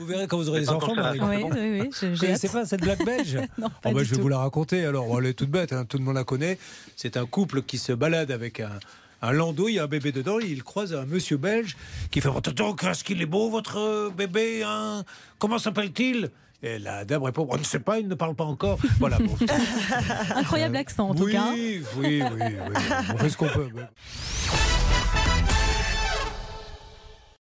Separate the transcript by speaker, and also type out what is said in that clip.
Speaker 1: verrez quand vous aurez
Speaker 2: Mais
Speaker 1: des
Speaker 2: pas
Speaker 1: enfants,
Speaker 2: encore
Speaker 1: Marie.
Speaker 2: ça,
Speaker 1: Vous
Speaker 3: Oui, oui, oui, je- j'ai
Speaker 1: connaissez
Speaker 3: hâte.
Speaker 1: pas cette blague belge
Speaker 3: Non,
Speaker 1: Oh
Speaker 3: pas
Speaker 1: bah,
Speaker 3: du
Speaker 1: je vais
Speaker 3: tout.
Speaker 1: vous la raconter. Alors, bon, elle est toute bête, hein, tout le monde la connaît. C'est un couple qui se balade avec un, un landau, il y a un bébé dedans, il croise un monsieur belge qui fait Attends, donc, est-ce qu'il est beau votre euh, bébé hein Comment s'appelle-t-il Et la dame répond On ne sait pas, il ne parle pas encore. Voilà. bon.
Speaker 3: Incroyable accent en tout
Speaker 1: oui,
Speaker 3: cas.
Speaker 1: oui, oui, oui. On fait ce qu'on peut. mais-